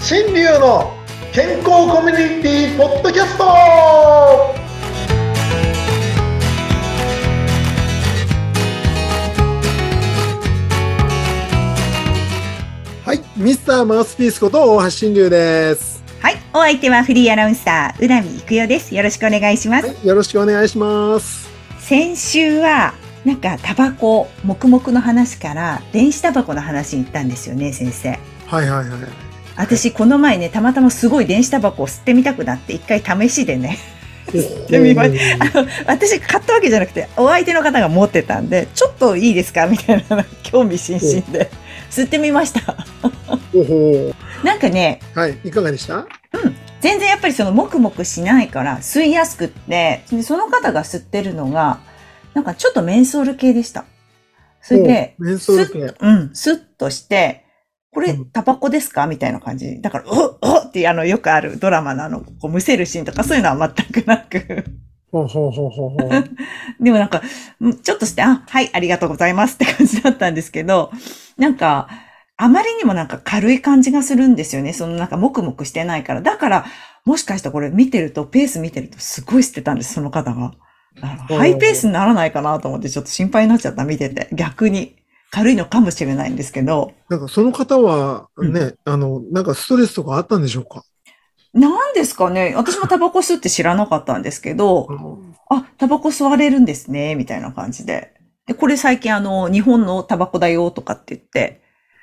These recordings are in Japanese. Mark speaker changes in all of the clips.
Speaker 1: 新流の健康コミュニティポッドキャストは
Speaker 2: はい、ミスターマウスピースこと大橋新流です。
Speaker 3: はい、お相手はフリーアナウンサー、うなみいくよです。よろしくお願いします。
Speaker 2: はい、よろしくお願いします。
Speaker 3: 先週は、なんか、タバコ、黙々の話から、電子タバコの話に行ったんですよね、先生。
Speaker 2: はいはいはい。
Speaker 3: 私、この前ね、たまたますごい電子タバコを吸ってみたくなって、一回試しでね、
Speaker 2: で
Speaker 3: みまあの、私買ったわけじゃなくて、お相手の方が持ってたんで、ちょっといいですかみたいな、興味津々で、吸ってみました。
Speaker 2: おほ
Speaker 3: なんかね、
Speaker 2: うはい、いかがでした？
Speaker 3: 全然やっぱりそのもくもくしないから吸いやすくって、でその方が吸ってるのが、なんかちょっとメンソール系でした。それで、
Speaker 2: メンソール系。
Speaker 3: うん、スッとして、これ
Speaker 2: うん
Speaker 3: タバコですかみたいな感じ。だから、うっ、うっってあのよくあるドラマのあの、こうむせるシーンとかそういうのは全くなく。
Speaker 2: ほうほうほうほう ほう。
Speaker 3: でもなんか、んちょっとして、あ、はい、ありがとうございますって感じだったんですけど、なんか、あまりにもなんか軽い感じがするんですよね。そのなんかもくもくしてないから。だから、もしかしたらこれ見てると、ペース見てるとすごいしてたんです、その方が。だか
Speaker 2: お
Speaker 3: ら
Speaker 2: ー
Speaker 3: ハイペースにならないかなと思ってちょっと心配になっちゃった、見てて。逆に。軽いのかもしれないんですけど。
Speaker 2: なんかその方は
Speaker 3: うん
Speaker 2: ね、あのなんかストレスとかあったんでしょうか？
Speaker 3: なんですかね私もタバコ吸って知らなかったんですけど、あ、タバコ吸われるんですね、みたいな感じで。で、これ最近あの、日本のタバコだよとかって言って、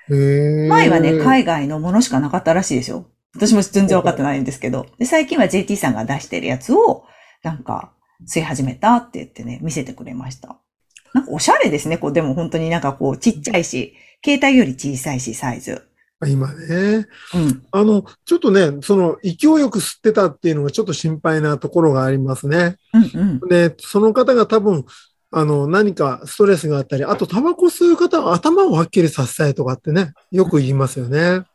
Speaker 2: へえ。
Speaker 3: 前はね、海外のものしかなかったらしいですよ。私も全然分かってないんですけど。で、最近は JT さんが出してるやつを、なんか、吸い始めたって言ってね、見せてくれました。なんかおしゃれですね、こう、でも本当になんかこう、ちっちゃいし、携帯より小さいし、サイズ。
Speaker 2: 今ね、
Speaker 3: うん。
Speaker 2: あのちょっとね、その勢いよく吸ってたっていうのがちょっと心配なところがありますね。
Speaker 3: うんうん。
Speaker 2: で、その方が多分、あの、何かストレスがあったり、あと、タバコ吸う方は頭をはっきりさせたいとかってね、よく言いますよね。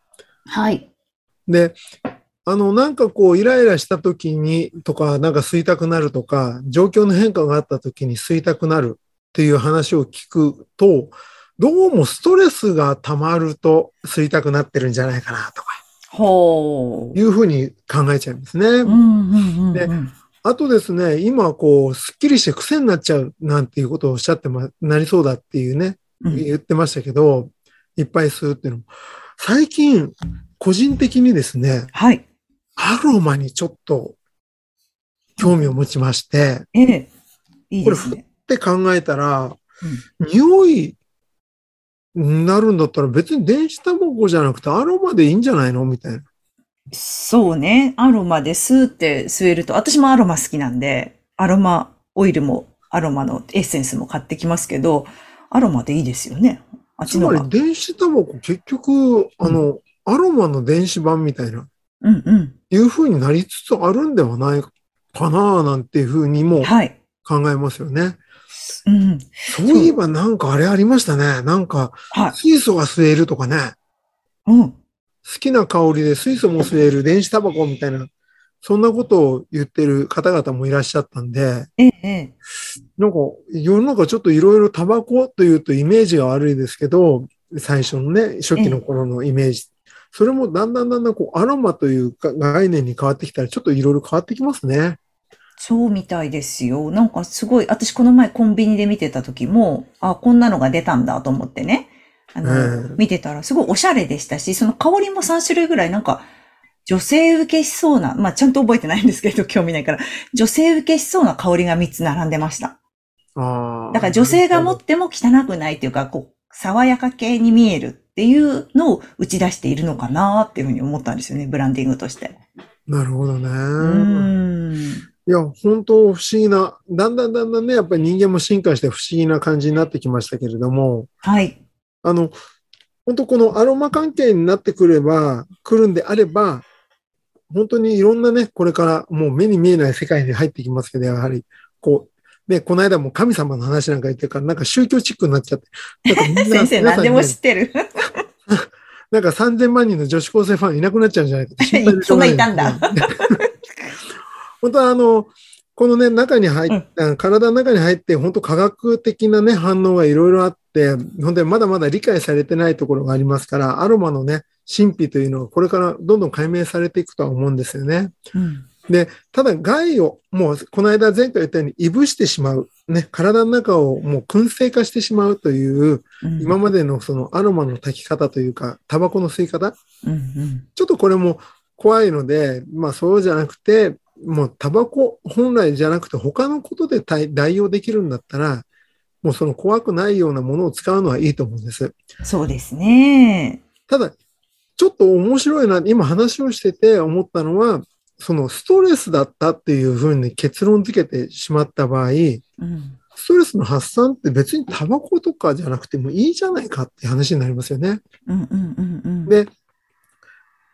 Speaker 3: はい。
Speaker 2: で、あの、なんかこう、イライラした時にとか、なんか吸いたくなるとか、状況の変化があった時に吸いたくなるっていう話を聞くと、どうもストレスが溜まると吸いたくなってるんじゃないかなとか
Speaker 3: ほ
Speaker 2: いうふうに考えちゃいますね。
Speaker 3: う。うんうんうん、
Speaker 2: で
Speaker 3: うん。
Speaker 2: あとですね、今こう、すっきりして癖になっちゃうなんていうことをおっしゃってま、なりそうだっていうね、
Speaker 3: うん
Speaker 2: 言ってましたけど、いっぱい吸うっていうのも。最近、個人的にですね、
Speaker 3: はい。
Speaker 2: アロマにちょっと興味を持ちまして、
Speaker 3: ええ。いいですね。
Speaker 2: って考えたら、匂いになるんだったら別に電子タバコじゃなくてアロマでいいんじゃないのみたいな。
Speaker 3: そうね。アロマで吸って吸えると、私もアロマ好きなんで、アロマオイルもアロマのエッセンスも買ってきますけど、アロマでいいですよね。あっ
Speaker 2: つ
Speaker 3: ちの
Speaker 2: ま
Speaker 3: が。
Speaker 2: り電子タバコ結局、あの、アロマの電子版みたいな。
Speaker 3: うんう
Speaker 2: いうふうになりつつあるんではないかななんていうふうにも
Speaker 3: ん。はい。
Speaker 2: 考えますよね。
Speaker 3: うん。
Speaker 2: そういえばなんかあれありましたね。なんか
Speaker 3: はい。
Speaker 2: 水素が吸えるとかね。
Speaker 3: うん。
Speaker 2: 好きな香りで水素も吸える電子タバコみたいな、そんなことを言ってる方々もいらっしゃったんで、
Speaker 3: ええええ。
Speaker 2: なんか世の中ちょっといろいろタバコというとイメージが悪いですけど、最初のね、初期の頃のイメージ。それもだんだんだんだんこうアロマというか概念に変わってきたらちょっといろいろ変わってきますね。
Speaker 3: そうみたいですよ。なんかすごい、私この前コンビニで見てた時も、あ、こんなのが出たんだと思ってね。あの、
Speaker 2: うん
Speaker 3: 見てたらすごいおしゃれでしたし、その香りも3種類ぐらいなんか、女性受けしそうな、まあちゃんと覚えてないんですけど、興味ないから、女性受けしそうな香りが3つ並んでました。
Speaker 2: ああ。
Speaker 3: だから女性が持っても汚くないというか、こう、爽やか系に見えるっていうのを打ち出しているのかなっていうふうに思ったんですよね、ブランディングとして。
Speaker 2: なるほどね。
Speaker 3: うーん。
Speaker 2: いや、本当不思議な、だんだんだんだんね、やっぱり人間も進化して不思議な感じになってきましたけれども、
Speaker 3: はい。
Speaker 2: あの、本当このアロマ関係になってくれば、来るんであれば、本当にいろんなね、これからもう目に見えない世界に入ってきますけど、やはり、こう、ね、この間も神様の話なんか言ってるから、なんか宗教チックになっちゃって、なんかみんな、
Speaker 3: 先生
Speaker 2: 皆さ
Speaker 3: 何
Speaker 2: ん
Speaker 3: で
Speaker 2: ね
Speaker 3: も知ってる。
Speaker 2: なんか3000万人の女子高生ファンいなくなっちゃうんじゃないかって心配でしょ
Speaker 3: そん
Speaker 2: うが
Speaker 3: な
Speaker 2: ない
Speaker 3: いたんだ。
Speaker 2: 本当はあの、このね、中に入っ、あ体の中に入って、本当科学的なね、反応がいろいろあって、本当にまだまだ理解されてないところがありますから、アロマのね、神秘というのはこれからどんどん解明されていくとは思うんですよね。
Speaker 3: うん。
Speaker 2: ただ害を、もうこの間前回言ったように、いぶしてしまう。ね、体の中をもう燻製化してしまうという、
Speaker 3: うん
Speaker 2: 今までのそのアロマの炊き方というか、タバコの吸い方
Speaker 3: うんうん。
Speaker 2: ちょっとこれも怖いので、まあそうじゃなくて、もうタバコ本来じゃなくて他のことで代代用できるんだったら、もうその怖くないようなものを使うのはいいと思うんです。
Speaker 3: そうですね。
Speaker 2: ただ、ちょっと面白いな、今話をしてて思ったのは、そのストレスだったっていうふうに結論付けてしまった場合、
Speaker 3: うん。
Speaker 2: ストレスの発散って別にタバコとかじゃなくてもいいじゃないかって話になりますよね。
Speaker 3: うんうんうんうん。
Speaker 2: で、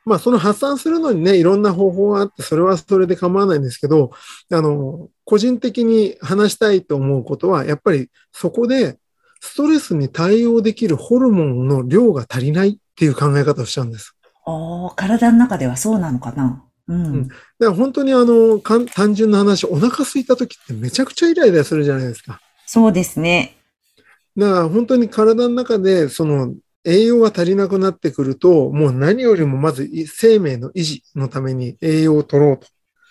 Speaker 2: まあ、その発散するのにね、いろんな方法があって、それはそれで構わないんですけど、あの、個人的に話したいと思うことは、やっぱりそこで、ストレスに対応できるホルモンの量が足りないっていう考え方をしちゃうんです。
Speaker 3: ああ、体の中ではそうなのかな。うん。
Speaker 2: だから本当にあの、かん単純な話、お腹空いた時ってめちゃくちゃイライラするじゃないですか。
Speaker 3: そうですね。
Speaker 2: だから本当に体の中で、その、栄養が足りなくなってくると、もう何よりもまずい生命の維持のために栄養を取ろうと。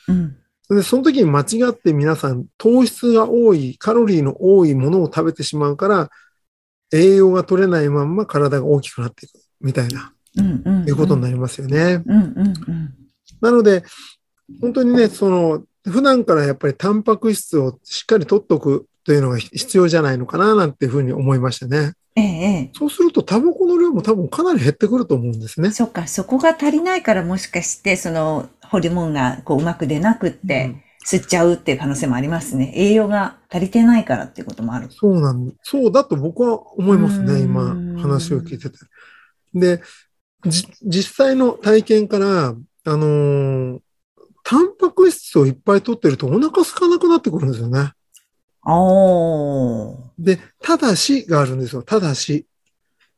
Speaker 3: うん。
Speaker 2: で、その時に間違って皆さん糖質が多い、カロリーの多いものを食べてしまうから、栄養が取れないまんま体が大きくなっていくみたいな、
Speaker 3: うんうん、うん。
Speaker 2: いうことになりますよね。
Speaker 3: うんうんうん。
Speaker 2: なので、本当にね、その、普段からやっぱりタンパク質をしっかり取っとくというのが必要じゃないのかな、なんていうふうに思いましたね。
Speaker 3: えええ
Speaker 2: そうすると、タバコの量も多分かなり減ってくると思うんですね
Speaker 3: え。。そっか、そこが足りないからもしかして、その、ホルモンがこううまく出なくっ
Speaker 2: う
Speaker 3: て、
Speaker 2: ん
Speaker 3: 吸っちゃうっていう可能性もありますね。栄養が足りてないからっていうこともある。
Speaker 2: そうなんそうだと僕は思います
Speaker 3: う
Speaker 2: ね、
Speaker 3: ん
Speaker 2: 今、話を聞いてて。で、じ、実際の体験から、あのータンパク質をいっぱい取ってるとお腹空かなくなってくるんですよね。
Speaker 3: あー。
Speaker 2: で、ただしがあるんですよ。ただし。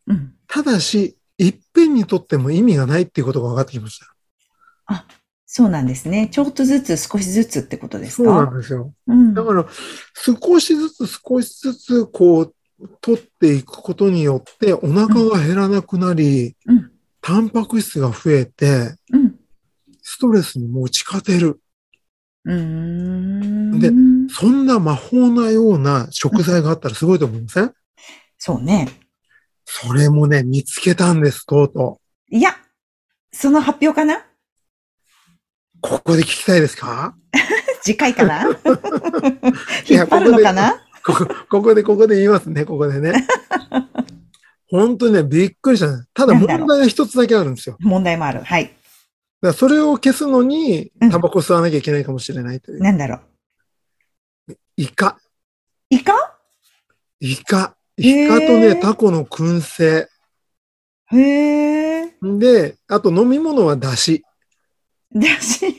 Speaker 3: うん。
Speaker 2: ただし、いっぺんに取っても意味がないっていうことが分かってきました。
Speaker 3: あ、そうなんですね。ちょっとずつ少しずつってことです
Speaker 2: そうなん
Speaker 3: か
Speaker 2: ですよ。
Speaker 3: うん
Speaker 2: だから、少しずつ少しずつ、こう、取っていくことによって、お腹が減らなくなり、
Speaker 3: うん
Speaker 2: タンパク質が増えて、
Speaker 3: うん。
Speaker 2: ストレスにも打ち勝てる。
Speaker 3: うーん。
Speaker 2: でそんな魔法なような食材があったらすごいと思いません
Speaker 3: そうね。
Speaker 2: それもね、見つけたんです、とうと
Speaker 3: いや、その発表かな
Speaker 2: う。ここで聞きたいですか
Speaker 3: 次回 かな
Speaker 2: い
Speaker 3: 引
Speaker 2: や
Speaker 3: っ張るのかな
Speaker 2: ここ、ここで、ここで言いますね、ここで ね。本当にね、びっくりしたね。ただ
Speaker 3: なん
Speaker 2: 問
Speaker 3: だろう
Speaker 2: 題が一つだけあるんですよ。
Speaker 3: 問題もある。はい。
Speaker 2: だからそれを消すのに
Speaker 3: うん、
Speaker 2: タバコ吸わなきゃいけないかもしれないという。
Speaker 3: なんだろう。
Speaker 2: イカ。
Speaker 3: イカ
Speaker 2: イカ。
Speaker 3: へー
Speaker 2: イカとね、タコの燻製。
Speaker 3: へえ。
Speaker 2: で、あと飲み物は出汁。
Speaker 3: だし。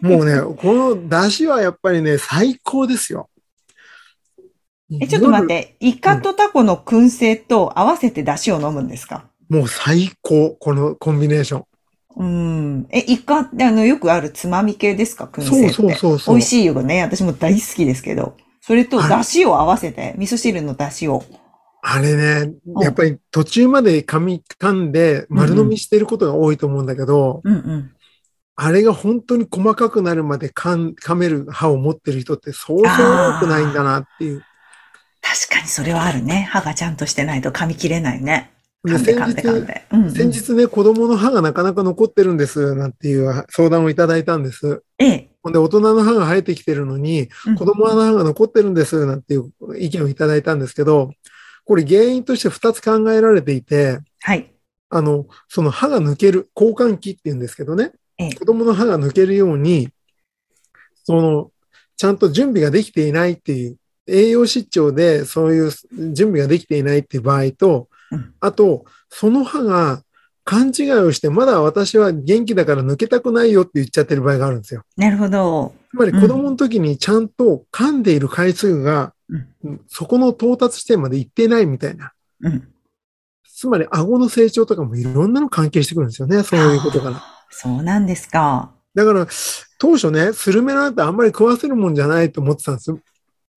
Speaker 2: もう ね、この出汁はやっぱりね、最高ですよ。
Speaker 3: え、ちょっと待って。イカとタコの燻製と合わせて出汁を飲むんですか
Speaker 2: 夜。もう最高、このコンビネーション。
Speaker 3: うーん。え、イカってあの、よくあるつまみ系ですか燻製って。
Speaker 2: そうそうそうそう
Speaker 3: 美味しいよね。私も大好きですけど。それと
Speaker 2: はい
Speaker 3: 出汁を合わせて、味噌汁の出汁を。
Speaker 2: あれね
Speaker 3: う、ん
Speaker 2: やっぱり途中まで噛み噛んで丸飲みしてることが多いと思うんだけど、
Speaker 3: うんうん。
Speaker 2: あれが本当に細かくなるまで噛ん噛める歯を持ってる人ってそうそう多くないんだなっていう。
Speaker 3: 確かにそれはあるね。歯がちゃんとしてないと噛み切れないね。噛んで
Speaker 2: で
Speaker 3: 噛んで
Speaker 2: 先
Speaker 3: 噛ん
Speaker 2: 日、
Speaker 3: で。うんうん
Speaker 2: 先日ね、子供の歯がなかなか残ってるんです、なんていう相談をいただいたんです。
Speaker 3: ええ。
Speaker 2: ほんで、大人の歯が生えてきてるのに、
Speaker 3: うん
Speaker 2: 子供の歯が残ってるんです、なんていう意見をいただいたんですけど、これ原因として2つ考えられていて、
Speaker 3: はい。
Speaker 2: あの、その歯が抜ける、交換器って言うんですけどね
Speaker 3: ええ、
Speaker 2: 子供の歯が抜けるように、その、ちゃんと準備ができていないっていう、栄養失調でそういう準備ができていないっていう場合と
Speaker 3: うん、
Speaker 2: あと、その歯が勘違いをして、まだ私は元気だから抜けたくないよって言っちゃってる場合があるんですよ。
Speaker 3: なるほど。
Speaker 2: つまり子供の時にちゃんと噛んでいる回数が、
Speaker 3: うん
Speaker 2: そこの到達地点まで行ってないみたいな。
Speaker 3: うん。
Speaker 2: つまり顎の成長とかもいろんなの関係してくるんですよね。そういうことから。
Speaker 3: そうなんですか。
Speaker 2: だから、当初ね、スルメなんてあんまり食わせるもんじゃないと思ってたんです。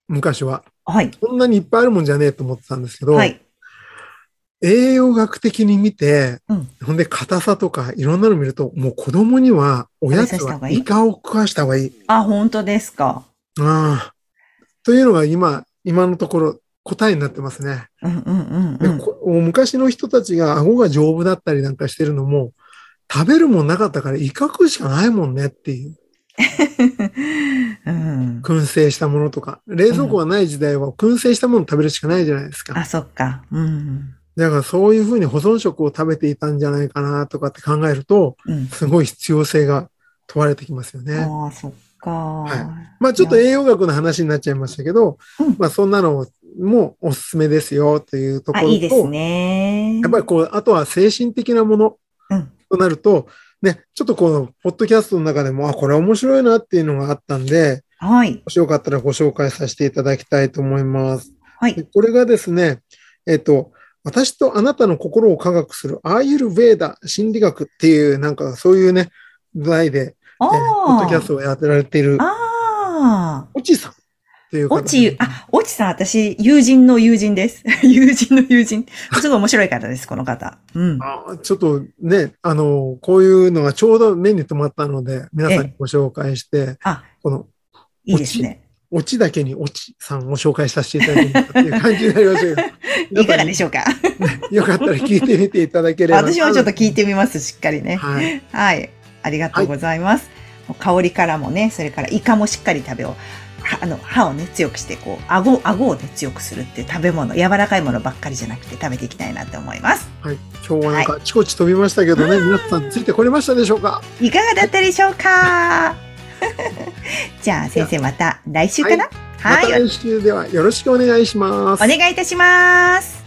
Speaker 2: 昔は。
Speaker 3: はい。
Speaker 2: そんなにいっぱいあるもんじゃねえと思ってたんですけど、
Speaker 3: はい。
Speaker 2: 栄養学的に見て、
Speaker 3: うん
Speaker 2: ほんで硬さとかいろんなの見ると、もう子供にはおやつ
Speaker 3: 食べさせた方
Speaker 2: は
Speaker 3: がいい
Speaker 2: イカを食わした方がいい。
Speaker 3: あ、本当ですか。
Speaker 2: ああ。というのが今、今のところ答えになってますね。
Speaker 3: うんうんうん
Speaker 2: で
Speaker 3: うん。
Speaker 2: こ昔の人たちが顎が丈夫だったりなんかしてるのも、食べるもんなかったから威嚇しかないもんねっていう。
Speaker 3: うん。
Speaker 2: 燻製したものとか。冷蔵庫がない時代は燻製したもの食べるしかないじゃないですか。
Speaker 3: あ、そっか。うん。
Speaker 2: だからそういうふうに保存食を食べていたんじゃないかなとかって考えると、
Speaker 3: うん。
Speaker 2: すごい必要性が問われてきますよね。
Speaker 3: ああ、そっか。
Speaker 2: はまあちょっと栄養学の話になっちゃいましたけど、
Speaker 3: うん
Speaker 2: まあそんなのもおすすめですよというとこ
Speaker 3: あ、
Speaker 2: ろと、
Speaker 3: いいですね。
Speaker 2: やっぱりこう、あとは精神的なもの
Speaker 3: うん
Speaker 2: となると、ね、ちょっとこの、ポッドキャストの中でも、あ、これ面白いなっていうのがあったんで、
Speaker 3: はい。
Speaker 2: もしよかったらご紹介させていただきたいと思います。
Speaker 3: はい。
Speaker 2: でこれがですね、えっと、私とあなたの心を科学するアーユルヴェーダ心理学っていう、なんかそういうね、題で、
Speaker 3: あ
Speaker 2: えーポッドキャス
Speaker 3: あ。
Speaker 2: トをやってられている、
Speaker 3: ああ。
Speaker 2: オチさんっていう方。
Speaker 3: オチ、あ、オチさん、私、友人の友人です。 友人の 友人。すごい面白い方です、この方。うん。
Speaker 2: あちょっとね、あの、こういうのがちょうど目に留まったので、皆さん
Speaker 3: え
Speaker 2: にご紹介して、
Speaker 3: あ、
Speaker 2: この、
Speaker 3: いいですね。
Speaker 2: オチだけにオチさんを紹介させていただきたっていう感じになりましたけど、
Speaker 3: いかがでしょうか。
Speaker 2: よかったら聞いてみていただければ。
Speaker 3: 私もちょっと聞いてみます、しっかりね。
Speaker 2: はい。
Speaker 3: はい。ありがとうございます。もう香りからもね、それからイカもしっかり食べよう。はあの、歯をね、強くして、こう、顎、顎をね、強くするっていう食べ物、柔らかいものばっかりじゃなくて食べていきたいなって思います。
Speaker 2: はい。今日はなんかあちこち飛びましたけどね、皆さんついてこれましたでしょうか
Speaker 3: いかがだったでしょうか じゃあ、先生また来週かな
Speaker 2: ま
Speaker 3: は
Speaker 2: た
Speaker 3: い。
Speaker 2: 来週ではよろしくお願いします。
Speaker 3: お願いいたします。